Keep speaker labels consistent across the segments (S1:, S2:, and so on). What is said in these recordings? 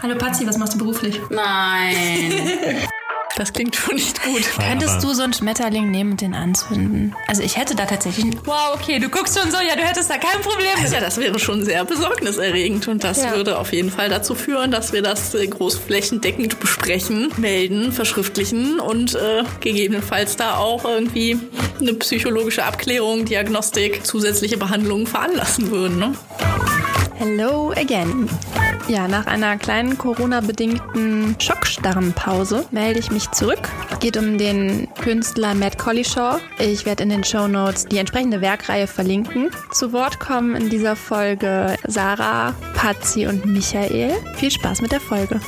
S1: Hallo Patzi, was machst du beruflich?
S2: Äh,
S3: Nein.
S4: Das klingt schon nicht gut.
S2: Könntest du so einen Schmetterling nehmen und den anzünden? Also ich hätte da tatsächlich... einen- Wow, okay, du guckst schon so, ja, du hättest da kein Problem. mit.
S4: Ja, das wäre schon sehr besorgniserregend und das
S2: Ja.
S4: würde auf jeden Fall dazu führen, dass wir das äh, großflächendeckend besprechen, melden, verschriftlichen und äh, gegebenenfalls da auch irgendwie eine psychologische Abklärung, Diagnostik, zusätzliche Behandlungen veranlassen würden. Ne?
S2: Hello again. Ja, nach einer kleinen Corona-bedingten Schockstarrenpause melde ich mich zurück. Geht um den Künstler Matt Collishaw. Ich werde in den Shownotes die entsprechende Werkreihe verlinken. Zu Wort kommen in dieser Folge Sarah, Patsy und Michael. Viel Spaß mit der Folge.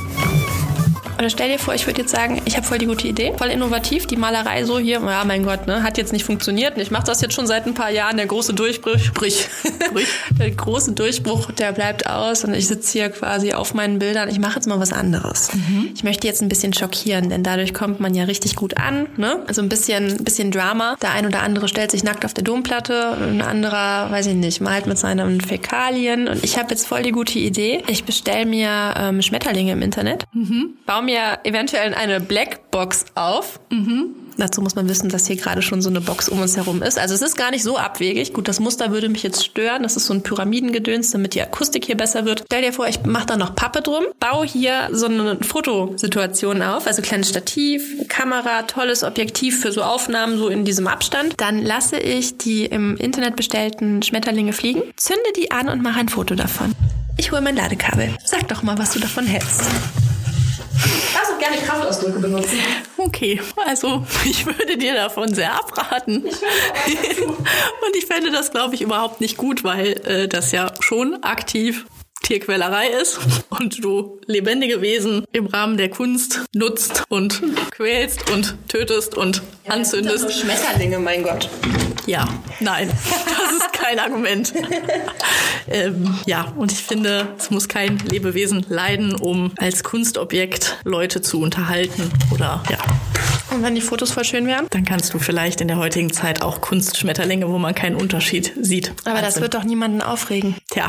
S5: Oder stell dir vor, ich würde jetzt sagen, ich habe voll die gute Idee, voll innovativ, die Malerei so hier, ja mein Gott, ne, hat jetzt nicht funktioniert. Ich mache das jetzt schon seit ein paar Jahren, der große Durchbruch, Brich, der große Durchbruch, der bleibt aus und ich sitze hier quasi auf meinen Bildern. Ich mache jetzt mal was anderes. Ich möchte jetzt ein bisschen schockieren, denn dadurch kommt man ja richtig gut an, ne? Also ein bisschen, bisschen Drama. Der ein oder andere stellt sich nackt auf der Domplatte, ein anderer, weiß ich nicht, malt mit seinen Fäkalien und ich habe jetzt voll die gute Idee. Ich bestell mir ähm, Schmetterlinge im Internet baue mir eventuell eine Blackbox auf. Dazu muss man wissen, dass hier gerade schon so eine Box um uns herum ist. Also es ist gar nicht so abwegig. Gut, das Muster würde mich jetzt stören. Das ist so ein Pyramidengedöns, damit die Akustik hier besser wird. Stell dir vor, ich mache da noch Pappe drum, baue hier so eine Fotosituation auf. Also kleines Stativ, Kamera, tolles Objektiv für so Aufnahmen, so in diesem Abstand. Dann lasse ich die im Internet bestellten Schmetterlinge fliegen, zünde die an und mache ein Foto davon. Ich hole mein Ladekabel. Sag doch mal, was du davon hältst. Darfst auch Also gerne Kraftausdrücke benutzen.
S4: Okay, also ich würde dir davon sehr abraten. und ich fände das, glaube ich, überhaupt nicht gut, weil äh, das ja schon aktiv Tierquälerei ist und du lebendige Wesen im Rahmen der Kunst nutzt und quälst und tötest und anzündest.
S5: Schmetterlinge, mein Gott.
S4: Ja, nein, das ist kein Argument. ähm, ja, und ich finde, es muss kein Lebewesen leiden, um als Kunstobjekt Leute zu unterhalten oder ja.
S5: Und wenn die Fotos voll schön wären?
S4: Dann kannst du vielleicht in der heutigen Zeit auch Kunstschmetterlinge, wo man keinen Unterschied sieht. Also,
S5: Aber das wird doch niemanden aufregen.
S4: Tja.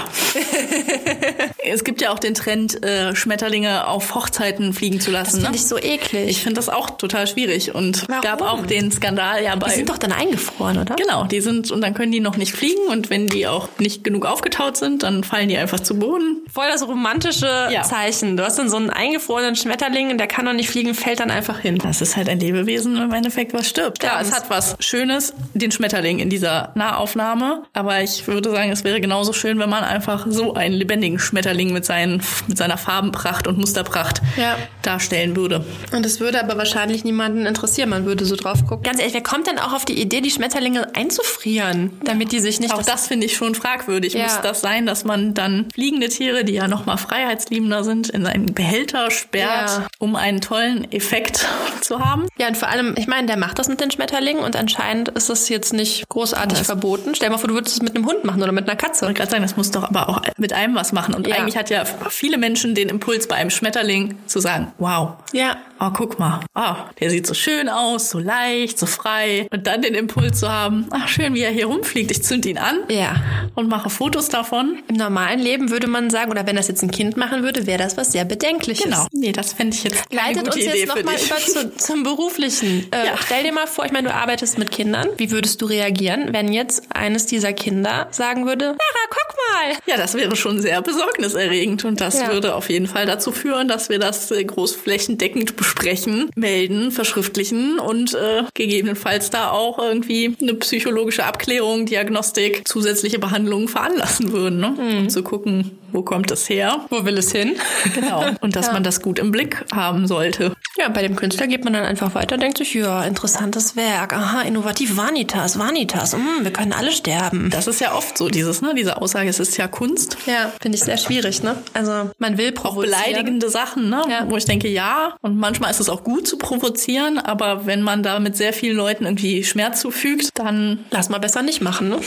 S4: es gibt ja auch den Trend, äh, Schmetterlinge auf Hochzeiten fliegen zu lassen.
S5: Finde
S4: ne?
S5: ich so eklig.
S4: Ich finde das auch total schwierig und
S5: Warum?
S4: gab auch den Skandal ja bei.
S5: die sind doch dann eingefroren, oder?
S4: Genau, die sind und dann können die noch nicht fliegen und wenn die auch nicht genug aufgetaut sind, dann fallen die einfach zu Boden.
S5: Voll das romantische
S4: Ja.
S5: Zeichen. Du hast dann so einen eingefrorenen Schmetterling und der kann noch nicht fliegen, fällt dann einfach hin.
S4: Das ist halt ein Lebewesen im Endeffekt, was stirbt. Ja, es hat was Schönes, den Schmetterling in dieser Nahaufnahme. Aber ich würde sagen, es wäre genauso schön, wenn man einfach so einen lebendigen Schmetterling mit, seinen, mit seiner Farbenpracht und Musterpracht
S5: Ja.
S4: darstellen würde.
S5: Und es würde aber wahrscheinlich niemanden interessieren. Man würde so drauf gucken. Ganz ehrlich, wer kommt denn auch auf die Idee, die Schmetterlinge einzufrieren, damit die sich nicht
S4: Auch das finde ich schon fragwürdig.
S5: Ja.
S4: Muss das sein, dass man dann fliegende Tiere, die ja nochmal freiheitsliebender sind, in einen Behälter sperrt,
S5: Ja.
S4: um einen tollen Effekt zu haben?
S5: Ja, und vor allem, ich meine, der macht das mit den Schmetterlingen und anscheinend ist das jetzt nicht großartig verboten. Stell dir mal vor, du würdest es mit einem Hund machen oder mit einer Katze.
S4: Ich wollte gerade sagen, das muss doch aber auch mit einem was machen. Und
S5: Ja.
S4: eigentlich hat ja viele Menschen den Impuls bei einem Schmetterling zu sagen, wow.
S5: Ja.
S4: Oh, guck mal. ah, der sieht so schön aus, so leicht, so frei. Und dann den Impuls zu haben, ach, schön, wie er hier rumfliegt. Ich zünd ihn an
S5: Ja.
S4: und mache Fotos davon.
S5: Im normalen Leben würde man sagen, oder wenn das jetzt ein Kind machen würde, wäre das was sehr Bedenkliches.
S4: Genau. Nee, das fände ich jetzt keine
S5: Leitet
S4: gute
S5: uns
S4: Idee
S5: jetzt
S4: für
S5: nochmal
S4: dich.
S5: über zu, zum Beruflichen. Äh,
S4: Ja.
S5: Stell dir mal vor, ich meine, du arbeitest mit Kindern. Wie würdest du reagieren, wenn jetzt eines dieser Kinder sagen würde, Lara, guck mal.
S4: Ja, das wäre schon sehr besorgniserregend und das
S5: Ja.
S4: würde auf jeden Fall dazu führen, dass wir das äh, großflächendeckend besprechen, melden, verschriftlichen und äh, gegebenenfalls da auch irgendwie eine psychologische Abklärung, Diagnostik, zusätzliche Behandlungen veranlassen würden, ne? um zu gucken, wo kommt es her
S5: Mhm. Wo will es hin?
S4: genau. und dass man das gut im Blick haben sollte.
S5: Ja, bei dem Künstler geht man dann einfach weiter, denkt sich, ja, interessantes Werk. Aha, innovativ, Vanitas, Vanitas. Mm, wir können alle sterben.
S4: Das ist ja oft so, dieses, ne? diese Aussage, es ist ja Kunst.
S5: Ja, finde ich sehr schwierig, ne? Also, man will provozieren.
S4: beleidigende Sachen, ne?
S5: Ja.
S4: wo ich denke, ja. Und manchmal ist es auch gut zu provozieren, aber wenn man da mit sehr vielen Leuten irgendwie Schmerz zufügt, dann
S5: Lass mal besser nicht machen, ne?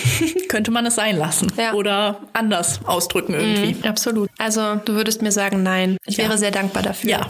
S4: könnte man es sein lassen
S5: Ja.
S4: oder anders ausdrücken irgendwie.
S5: Absolut. Also, du würdest mir sagen, nein. Ich wäre sehr dankbar dafür.
S4: Ja,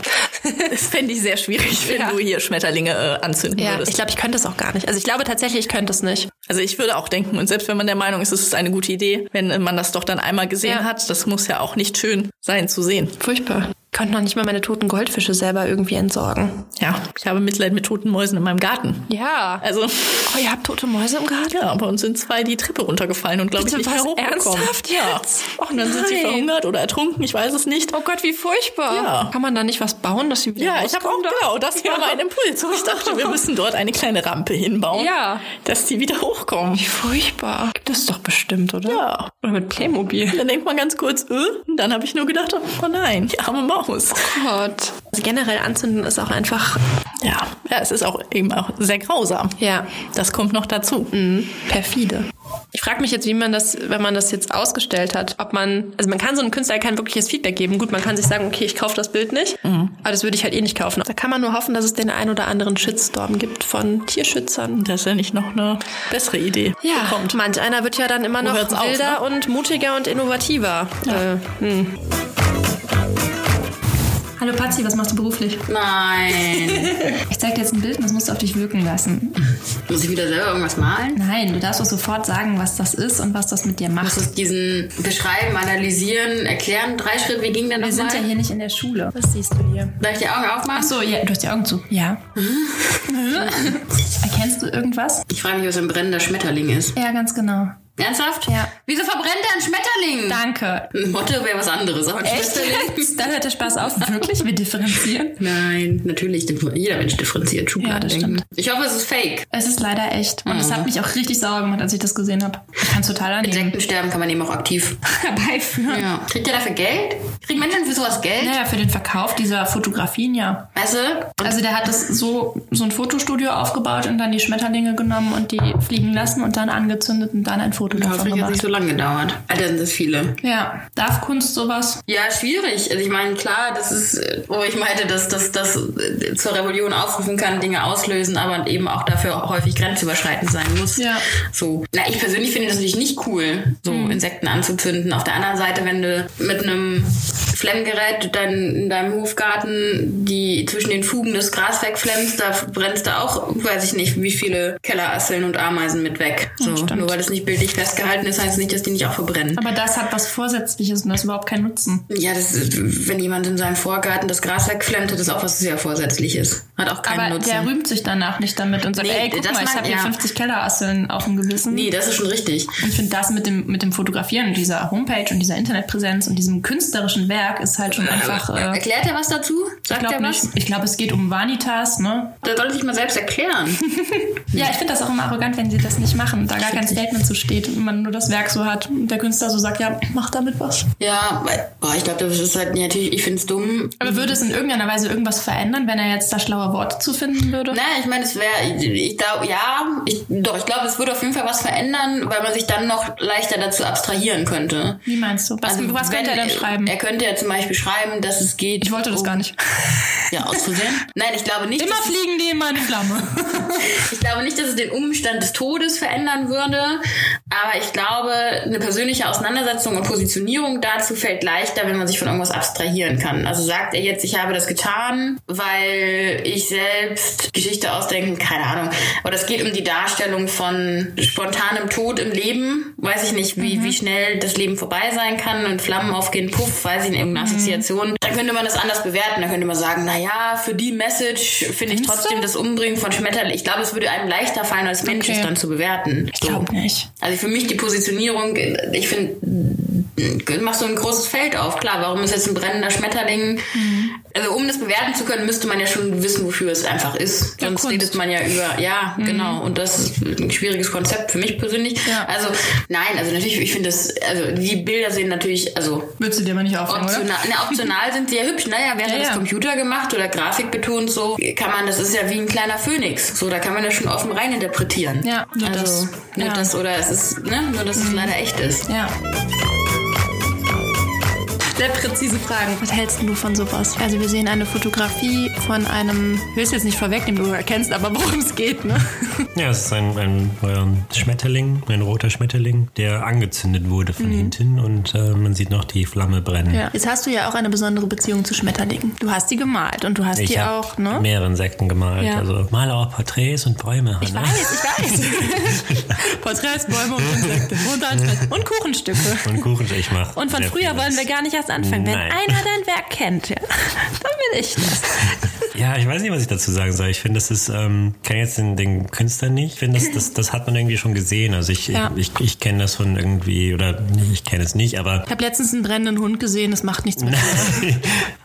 S4: das fände ich sehr schwierig, wenn
S5: Ja.
S4: du hier Schmetterlinge äh, anzünden
S5: Ja,
S4: würdest.
S5: ich glaube, ich könnte es auch gar nicht. Also ich glaube tatsächlich, ich könnte es nicht.
S4: also ich würde auch denken, und selbst wenn man der Meinung ist, es ist eine gute Idee, wenn man das doch dann einmal gesehen
S5: Ja.
S4: hat, das muss ja auch nicht schön sein zu sehen.
S5: Furchtbar.
S6: könnte noch nicht mal meine toten Goldfische selber irgendwie entsorgen.
S4: Ja, ich habe Mitleid mit toten Mäusen in meinem Garten.
S6: Ja.
S4: Also,
S6: Oh, ihr habt tote Mäuse im Garten?
S4: ja, bei uns sind zwei die Treppe runtergefallen und glaube ich
S6: Bitte
S4: nicht mehr
S6: was?
S4: hochgekommen.
S6: Ernsthaft
S4: ja.
S6: jetzt?
S4: Och, und dann sind sie
S6: nein.
S4: verhungert oder ertrunken, ich weiß es nicht.
S6: Oh Gott, wie furchtbar.
S4: Ja.
S6: Kann man da nicht was bauen, dass sie wieder
S4: Ja, ich habe auch
S6: rauskommen?
S4: genau, das
S6: Ja.
S4: war mein Impuls. Ich dachte, wir müssen dort eine kleine Rampe hinbauen,
S6: Ja.
S4: dass die wieder hochkommen.
S6: Wie furchtbar. Gibt es doch bestimmt, oder?
S4: Ja.
S6: Oder mit Playmobil.
S4: Dann denkt man ganz kurz, äh, und dann habe ich nur gedacht, oh nein, die arme Maus.
S6: Gott. Also generell anzünden ist auch einfach,
S4: Ja, ja, es ist auch eben auch sehr grausam.
S6: ja, Mhm.
S4: Das kommt noch dazu.
S6: perfide. Ich frage mich jetzt, wie man das, wenn man das jetzt ausgestellt hat, ob man, also man kann so einem Künstler kein wirkliches Feedback geben. Gut, man kann sich sagen, okay, ich kaufe das Bild nicht, aber das würde ich halt eh nicht kaufen. Da kann man nur hoffen, dass es den einen oder anderen Shitstorm gibt von Tierschützern.
S4: Dass er nicht noch eine bessere Idee bekommt.
S6: manch einer wird ja dann immer noch
S4: hört's auf,
S6: wilder und mutiger und innovativer. Äh, hm. Hallo Patzi, was machst du beruflich?
S7: Nein.
S5: Ich zeig dir jetzt ein Bild und das musst du auf dich wirken lassen.
S7: Muss ich wieder selber irgendwas malen?
S5: Nein, du darfst auch sofort sagen, was das ist und was das mit dir
S7: Muss
S5: macht.
S7: es diesen Beschreiben, Analysieren, Erklären, drei Schritte, wie ging denn
S5: Wir sind ja
S7: nochmal?
S5: hier nicht in der Schule.
S6: Was siehst du hier?
S7: Darf ich die Augen aufmachen?
S5: Achso, ja, du hast die Augen zu. Ja. Erkennst du irgendwas?
S7: Ich frage mich, was ein brennender Schmetterling ist.
S5: Ja, ganz genau.
S7: Ernsthaft?
S5: Ja.
S7: Wieso verbrennt er ein Schmetterling?
S5: Danke.
S7: Ein Motto wäre was anderes, aber ein Schmetterling.
S5: Da hört der Spaß auf. Wirklich? Wir differenzieren.
S7: Nein, natürlich, differ- jeder Mensch differenziert Schubladen.
S5: das
S7: denken. Ich hoffe, es ist fake.
S5: Es ist leider echt. Und es hat mich auch richtig sauer gemacht, als ich das gesehen habe. Ich kann es total annehmen.
S7: Insektensterben kann man eben auch aktiv
S5: Herbeiführen.
S7: Ja. Kriegt ihr dafür Geld? Kriegen Menschen für sowas Geld?
S5: Naja, für den Verkauf dieser Fotografien ja.
S7: Weißt du?
S5: Also der hat das so, so ein Fotostudio aufgebaut und dann die Schmetterlinge genommen und die fliegen lassen und dann angezündet und dann ein Foto davon
S7: Hoffentlich hat es
S5: gemacht.
S7: nicht so lange gedauert. Alter, sind das viele.
S5: Ja, darf Kunst sowas?
S7: Ja, schwierig. Also ich meine, klar, das ist, äh, wo ich meinte, dass das dass äh, zur Rebellion aufrufen kann, Dinge auslösen, aber eben auch dafür häufig grenzüberschreitend sein muss.
S5: Ja.
S7: So. Na, ich persönlich finde das natürlich nicht cool, so Insekten anzuzünden. Auf der anderen Seite, wenn du mit einem Flemmgerät dein, in deinem Hofgarten die zwischen den Fugen das Gras wegflemmst, da brennst du auch, weiß ich nicht, wie viele Kellerasseln und Ameisen mit weg. So. Nur weil das nicht bildlich festgehalten ist, heißt es nicht, dass die nicht auch verbrennen.
S5: Aber das hat was Vorsätzliches und das ist überhaupt kein Nutzen.
S7: Ja, das, ist- wenn jemand in seinem Vorgarten das Gras wegflemmt, hat das auch was sehr Vorsätzliches. Hat auch keinen
S5: Aber der
S7: Nutzen.
S5: rühmt sich danach nicht damit und sagt,
S7: Nee,
S5: ey, guck
S7: das
S5: mal, ich
S7: mein-
S5: habe hier Mhm.
S7: ja.
S5: 50 Kellerasseln auf dem Gewissen.
S7: Nee, das ist schon richtig.
S5: Und ich finde das mit dem, mit dem Fotografieren und dieser Homepage und dieser Internetpräsenz und diesem künstlerischen Werk ist halt schon einfach... Äh,
S7: Erklärt er was dazu?
S5: ich
S7: Sagt er
S5: glaube
S7: was?
S5: nicht. Ich glaube, es geht um Vanitas, ne?
S7: Da soll er sich mal selbst erklären.
S5: Ja, ich finde das auch immer arrogant, wenn sie das nicht machen und da gar kein Statement zu steht und man nur das Werk so hat und der Künstler so sagt, ja, mach damit was.
S7: ja, weil- boah, ich glaube, das ist halt ja, natürlich, ich find's dumm.
S5: Aber würde es in irgendeiner Weise irgendwas verändern, wenn er jetzt da schlaue Worte zu finden würde?
S7: Naja, ich meine, es wäre, ich, ich glaube, ja, ich, doch, ich glaube, es würde auf jeden Fall was verändern, weil man sich dann noch leichter dazu abstrahieren könnte. Also,
S5: Wie meinst du? Was, was könnte Also er Oh.
S7: wenn-
S5: denn schreiben?
S7: Er könnte ja zum Beispiel schreiben, dass es geht.
S5: ich wollte das
S7: um-
S5: gar nicht.
S7: Ja, aus Versehen. Nein, ich glaube nicht.
S5: Immer
S7: dass es-
S5: fliegen die in meine Flamme.
S7: Ich glaube nicht, dass es den Umstand des Todes verändern würde, aber ich glaube, eine persönliche Auseinandersetzung und Positionierung dazu fällt leichter, wenn man sich von irgendwas abstrahieren kann. Also sagt er jetzt, ich habe das getan, weil ich selbst Geschichte ausdenken, keine Ahnung. Aber das geht um die Darstellung von spontanem Tod im Leben. Weiß ich nicht, wie, wie schnell das Leben vorbei sein kann und Flammen aufgehen, puff, weiß ich nicht, irgendeine Assoziation. Dann könnte man das anders bewerten. Dann könnte man sagen, na ja, für die Message finde ich trotzdem das Umbringen von Schmetterlingen. Ich glaube, es würde einem leichter fallen, als Mensch es
S5: Okay.
S7: dann zu bewerten.
S5: Ich glaube nicht.
S7: Also für mich die Positionierung, ich finde, machst du ein großes Feld auf. Klar, warum ist jetzt ein brennender Schmetterling?
S5: Mhm.
S7: Also um das bewerten zu können, müsste man ja schon wissen, wofür es einfach ist. Sonst
S5: Kunst. Mhm.
S7: redet man ja über, ja, genau. Und das ist ein schwieriges Konzept für mich persönlich.
S5: Ja.
S7: Also nein, also natürlich, ich finde das, also die Bilder sehen natürlich, also
S5: Würdest du dir aber nicht aufhängen, oder?
S7: Optional, ne, optional sind sie ja hübsch. Naja, wäre
S5: Ja,
S7: das
S5: ja.
S7: Computer gemacht oder Grafik betont, so kann man, das ist ja wie ein kleiner Phönix. So, da kann man das schon offen rein interpretieren.
S5: Ja, nur
S7: also,
S5: das.
S7: Nur
S5: Ja. Mhm.
S7: das oder es ist, ne, nur dass es leider echt ist.
S5: Ja.
S6: Sehr präzise Fragen.
S5: Was hältst du von sowas? Also wir sehen eine Fotografie von einem, ich will es jetzt nicht vorwegnehmen, du erkennst aber, worum es geht, ne?
S8: Ja, es ist ein, ein ähm, Schmetterling, ein roter Schmetterling, der angezündet wurde von hinten und äh, man sieht noch die Flamme brennen.
S5: Mhm. Ja. Jetzt hast du ja auch eine besondere Beziehung zu Schmetterlingen. Du hast die gemalt und du hast
S8: Ich
S5: die
S8: habe
S5: auch, ne?
S8: mehrere Insekten gemalt.
S5: Ja.
S8: Also male auch Porträts und Bäume. ne?
S5: Ich weiß, ich weiß. Porträts, Bäume und Insekten und, Anschnitt und Kuchenstücke.
S8: Und Kuchen, ich mache.
S5: Und von früher wollen wir gar nicht
S6: erst
S5: erst
S6: anfangen. Wenn
S8: Nein.
S6: einer dein Werk kennt, ja, dann bin ich das.
S8: Ja, ich weiß nicht, was ich dazu sagen soll. Ich finde, das ist, ähm, kenne jetzt den, den Künstler nicht. Ich finde, das, das, das hat man irgendwie schon gesehen. Also ich,
S5: Ja.
S8: ich, ich, ich kenne das von irgendwie, oder nee, ich kenne es nicht, aber
S5: Ich habe letztens einen brennenden Hund gesehen, das macht nichts mit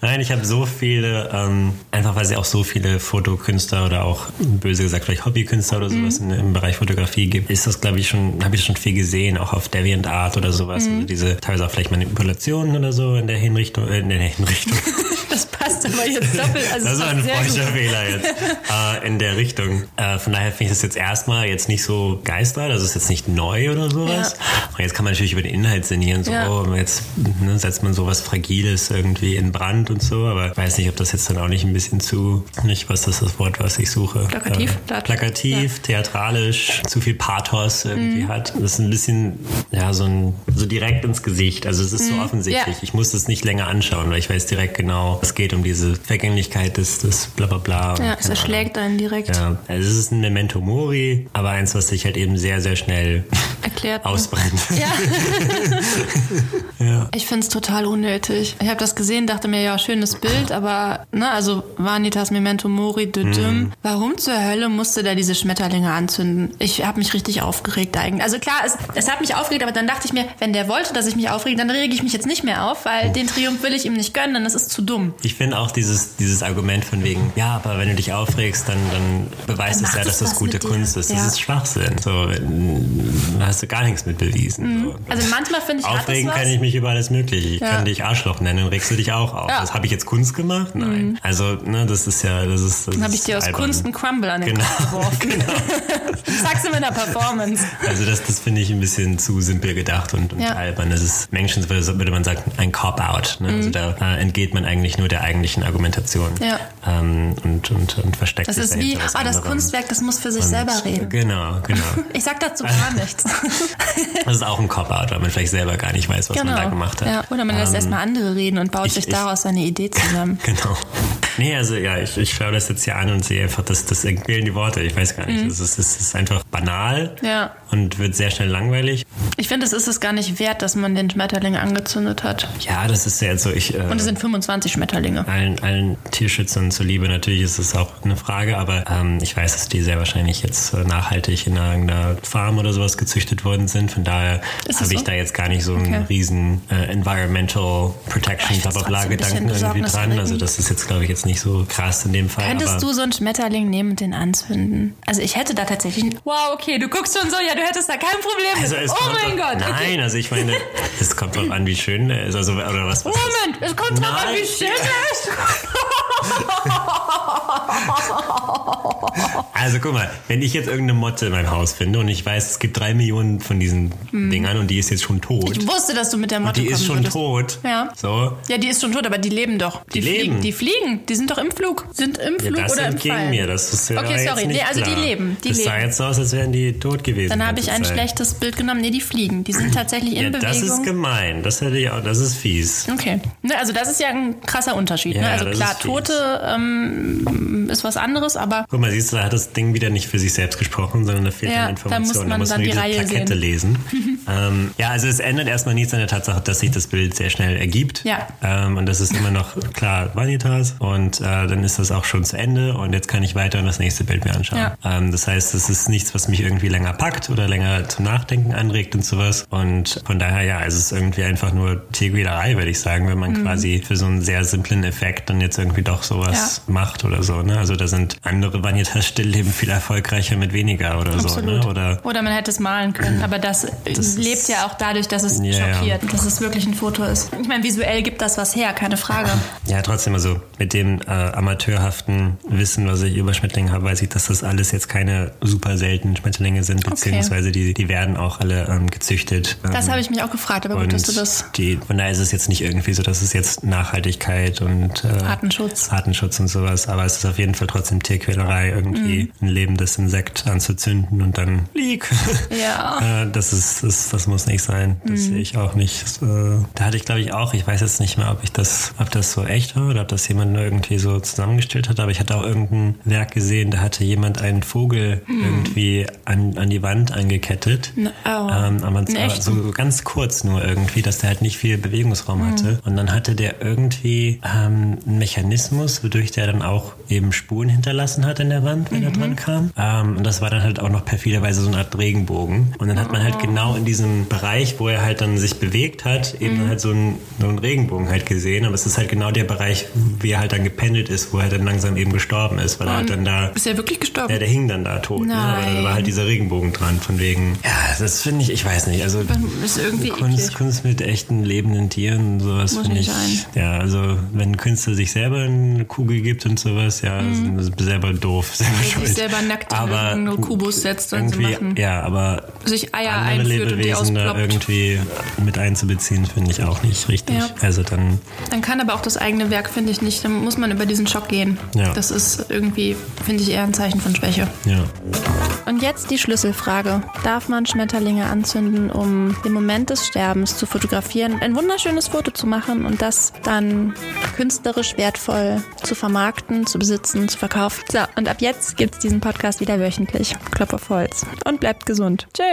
S8: Nein, ich habe so viele, ähm, einfach weil es ja auch so viele Fotokünstler oder auch böse gesagt vielleicht Hobbykünstler oder sowas in, im Bereich Fotografie gibt, ist das, glaube ich, schon, habe ich schon viel gesehen, auch auf DeviantArt oder sowas. Also diese teilweise auch vielleicht Manipulationen oder so in der Hinrichtung, äh, in der Hinrichtung.
S5: Das passt aber jetzt doppelt. Also
S8: das
S5: es
S8: war
S5: passt
S8: ein
S5: sehr gut.
S8: falscher Fehler jetzt. äh, in der Richtung. Äh, von daher finde ich das jetzt erstmal jetzt nicht so geister, das ist jetzt nicht neu oder sowas. Und jetzt kann man natürlich über den Inhalt sinnieren, so
S5: Ja.
S8: oh, jetzt ne, setzt man sowas Fragiles irgendwie in Brand und so, aber ich weiß nicht, ob das jetzt dann auch nicht ein bisschen zu, nicht, was ist das Wort, was ich suche?
S6: Plakativ?
S8: Äh, plakativ, theatralisch, zu viel Pathos
S5: Mhm.
S8: irgendwie hat. Das ist ein bisschen, ja, so ein, so direkt ins Gesicht. Also es ist so offensichtlich.
S5: Mhm. Ja.
S8: Ich muss das nicht länger anschauen, weil ich weiß direkt genau, es geht um diese Vergänglichkeit des, des bla bla bla.
S5: Ja, es erschlägt einen direkt.
S8: Ja, also es ist ein Memento Mori, aber eins, was sich halt eben sehr, sehr schnell
S5: Erklärt. ne?
S8: ausbrennt.
S5: Ich finde es total unnötig. Ich habe das gesehen, dachte mir, ja, schönes Bild, aber, ne, also Vanitas Memento Mori de
S8: Hm.
S5: Düm. Warum zur Hölle musste der diese Schmetterlinge anzünden? Ich habe mich richtig aufgeregt eigentlich. Also klar, es, es hat mich aufgeregt, aber dann dachte ich mir, wenn der wollte, dass ich mich aufrege, dann rege ich mich jetzt nicht mehr auf, weil den Triumph will ich ihm nicht gönnen, denn das ist zu dumm.
S8: Ich finde auch dieses, dieses Argument von wegen, ja, aber wenn du dich aufregst, dann, dann beweist
S5: Dann
S8: es ja,
S5: macht
S8: dass
S5: es
S8: das
S5: was
S8: gute
S5: mit dir.
S8: Kunst ist. Das
S5: Ja.
S8: ist Schwachsinn. So, äh, da hast du gar nichts mit bewiesen. So.
S5: Also manchmal finde ich, hat das
S8: Aufregen
S5: was.
S8: kann ich mich über alles Mögliche. Ich
S5: Ja.
S8: kann dich Arschloch nennen, regst du dich auch auf. Das habe ich jetzt Kunst gemacht? Nein. Also, ne, das ist ja, das ist. Das
S5: Mhm. dann habe
S8: ist
S5: ich dir aus
S8: albern.
S5: Kunst einen Crumble an den
S8: Genau,
S5: Kopf geworfen. Sagst du mit einer Performance.
S8: Also das, das finde ich ein bisschen zu simpel gedacht und, und
S5: Ja.
S8: albern. Das ist Menschen würde man sagen, ein Cop-out. Ne? Also da äh, entgeht man eigentlich nur der eigentlichen Argumentation
S5: Mhm. Ja.
S8: ähm, und, und, und versteckt
S5: Das
S8: sich
S5: ist wie,
S8: dahinter was
S5: ah, das
S8: anderem.
S5: Kunstwerk, das muss für sich
S8: Und-
S5: selber reden.
S8: Genau, genau.
S5: Ich sag dazu gar nichts.
S8: Das ist auch ein Cop-out, weil man vielleicht selber gar nicht weiß, was man da gemacht hat.
S5: Genau.
S8: Ähm,
S5: Ja, oder man lässt erstmal andere reden und baut
S8: ich-
S5: sich
S8: ich-
S5: daraus seine Idee zusammen.
S8: Genau. Nee, also ja, ich, ich schaue das jetzt hier an und sehe einfach, das, das fehlen die Worte. Ich weiß gar nicht. Also, Es ist, es ist einfach banal
S5: Mhm. Ja.
S8: und wird sehr schnell langweilig.
S5: Ich finde, es ist es gar nicht wert, dass man den Schmetterling angezündet hat.
S8: Ja, das ist ja jetzt so. Ich, äh,
S5: Und es sind 25 Schmetterlinge.
S8: allen, allen Tierschützern zuliebe. Natürlich ist es auch eine Frage, aber ähm, ich weiß, dass die sehr wahrscheinlich jetzt äh, nachhaltig in irgendeiner Farm oder sowas gezüchtet worden sind. Von daher
S5: Ist das
S8: habe ich
S5: so?
S8: da jetzt gar nicht so einen
S5: Okay. Ah,
S8: riesen äh, Environmental Protection, bla
S5: find's
S8: bla
S5: trotzdem
S8: bla
S5: ein bisschen
S8: Gedanken irgendwie dran.
S5: besorgniserregend.
S8: Also das ist jetzt, glaube ich, jetzt nicht so krass in dem Fall. aber
S5: Könntest du so einen Schmetterling nehmen und den anzünden? Also ich hätte da tatsächlich... Wow, okay, du guckst schon so, ja, du hättest da kein Problem mit.
S8: also es
S5: oh
S8: kommt
S5: mein
S8: drauf-
S5: Gott.
S8: Nein,
S5: Okay.
S8: also ich meine, es kommt drauf an, wie schön er ist. Also, oder was, was
S5: Moment, es kommt drauf an,
S8: Nein.
S5: wie schön
S8: Also guck mal, wenn ich jetzt irgendeine Motte in meinem Haus finde und ich weiß, es gibt drei Millionen von diesen Dingern und die ist jetzt schon tot.
S5: Mhm. Ich wusste, dass du mit der Motte
S8: Die ist
S5: kommen
S8: schon
S5: würdest.
S8: tot.
S5: Ja.
S8: So.
S5: Ja, die ist schon tot, aber die leben doch.
S8: Die leben.
S5: Fliegen, die fliegen. Die sind doch im Flug. Sind im
S8: Ja,
S5: Flug
S8: das
S5: oder im
S8: entging
S5: Fall.
S8: mir. Das ist ja
S5: Okay,
S8: jetzt
S5: sorry.
S8: Nicht
S5: Nee, also die
S8: klar.
S5: leben, die
S8: das sah
S5: leben.
S8: jetzt so aus, als wären die tot gewesen.
S5: Dann
S8: die
S5: habe ich
S8: ganze
S5: ein
S8: Zeit.
S5: schlechtes Bild genommen. Nee, die fliegen. Die sind tatsächlich in
S8: Ja,
S5: Bewegung.
S8: das ist gemein. Das hätte ich auch. Das ist fies.
S5: Okay, ne, also das ist ja ein krasser Unterschied.
S8: Ja,
S5: ne? Also
S8: das
S5: klar,
S8: ist fies.
S5: Tote ähm, ist was anderes, aber
S8: Guck mal, siehst du, da hat das Ding wieder nicht für sich selbst gesprochen, sondern da fehlt
S5: Ja,
S8: dann Information.
S5: da muss man dann
S8: wieder
S5: die Reihe
S8: Plakette
S5: sehen.
S8: lesen. ähm, ja, also es ändert erstmal nichts an der Tatsache, dass sich das Bild sehr schnell ergibt.
S5: Ja.
S8: Ähm, und das ist immer noch klar Vanitas. Und äh, dann ist das auch schon zu Ende. Und jetzt kann ich weiter und das nächste Bild mir anschauen.
S5: Ja.
S8: Ähm, das heißt, es ist nichts, was mich irgendwie länger packt oder länger zum Nachdenken anregt und sowas. Und von daher, ja, es ist irgendwie einfach nur Tierquälerei, würde ich sagen, wenn
S5: Mhm.
S8: man quasi für so einen sehr simplen Effekt dann jetzt irgendwie doch sowas macht oder so. Ne? Also da sind andere Vanitas Stillleben viel erfolgreicher mit weniger oder so. Ne? Oder
S5: oder man hätte es malen können. Aber das, lebt ja auch dadurch, dass es
S8: Ja, ja.
S5: schockiert, dass es wirklich ein Foto ist. Ich meine, visuell gibt das was her, keine Frage.
S8: Ja, trotzdem, also mit dem äh, amateurhaften Wissen, was ich über Schmetterlinge habe, weiß ich, dass das alles jetzt keine super seltenen Schmetterlinge sind, beziehungsweise die, die werden auch alle ähm, gezüchtet. Ähm,
S5: Das habe ich mich auch gefragt, aber gut, dass du das.
S8: die, von daher ist es jetzt nicht irgendwie so, dass es jetzt Nachhaltigkeit und äh,
S5: Artenschutz. Mhm.
S8: Artenschutz und sowas, aber es ist auf jeden Fall trotzdem Tierquälerei irgendwie ein lebendes Insekt anzuzünden und dann leak.
S5: Ja. Mhm.
S8: äh, das ist, das, das muss nicht sein. Das sehe ich auch nicht. Das, äh, da hatte ich, glaube ich, auch, ich weiß jetzt nicht mehr, ob ich das, ob das so echt war oder ob das jemand nur irgendwie so zusammengestellt hat, aber ich hatte auch irgendein Werk gesehen, da hatte jemand einen Vogel
S5: Mhm.
S8: irgendwie an, an die Wand angekettet.
S5: oh. Einen
S8: ähm, aber aber
S5: echten?
S8: so ganz kurz nur irgendwie, dass der halt nicht viel
S5: Mhm.
S8: Bewegungsraum hatte. Und dann hatte der irgendwie ähm, einen Mechanismus, wodurch der dann auch eben Spuren hinterlassen hat in der Wand, wenn er dran kam. Ähm, und das war dann halt auch noch perfiderweise so eine Art Regenbogen. Und dann hat man halt genau in diesem Bereich, wo er halt dann sich bewegt hat, eben dann halt so einen, so einen Regenbogen halt gesehen. Aber es ist halt genau der Bereich, wie er halt dann gependelt ist, wo er dann langsam eben gestorben ist, weil er halt dann da
S5: Ist ja wirklich gestorben.
S8: ja, der hing dann da tot, ne? aber da war halt dieser Regenbogen dran, von wegen. Ja, das finde ich, ich weiß nicht. Also
S5: Ist irgendwie
S8: Kunst, Kunst mit echten lebenden Tieren, sowas finde ich.
S5: nicht sein.
S8: Ja, also wenn ein Künstler sich selber eine Kugel gibt und sowas, ja, sind wir selber doof. Selber
S5: Mhm. sich
S8: schuld.
S5: selber nackt in
S8: aber
S5: irgendeinen Kubus setzt und sie
S8: irgendwie-
S5: machen.
S8: Ja, aber
S5: Sich Eier
S8: andere
S5: einführt und die
S8: Lebewesen da
S5: ausploppt.
S8: irgendwie mit einzubeziehen, finde ich auch nicht richtig.
S5: Ja.
S8: Also dann
S5: Dann kann aber auch das eigene Werk, finde ich, nicht. Dann muss man über diesen Schock gehen.
S8: Ja.
S5: Das ist irgendwie, finde ich, eher ein Zeichen von Schwäche.
S8: ja.
S2: Und jetzt die Schlüsselfrage. Darf man Schmetterlinge anzünden, um den Moment des Sterbens zu fotografieren, ein wunderschönes Foto zu machen und das dann künstlerisch wertvoll zu vermarkten, zu besitzen, zu verkaufen? So, und ab jetzt gibt's diesen Podcast wieder wöchentlich. Klopf auf Holz. Und bleibt gesund. Tschö.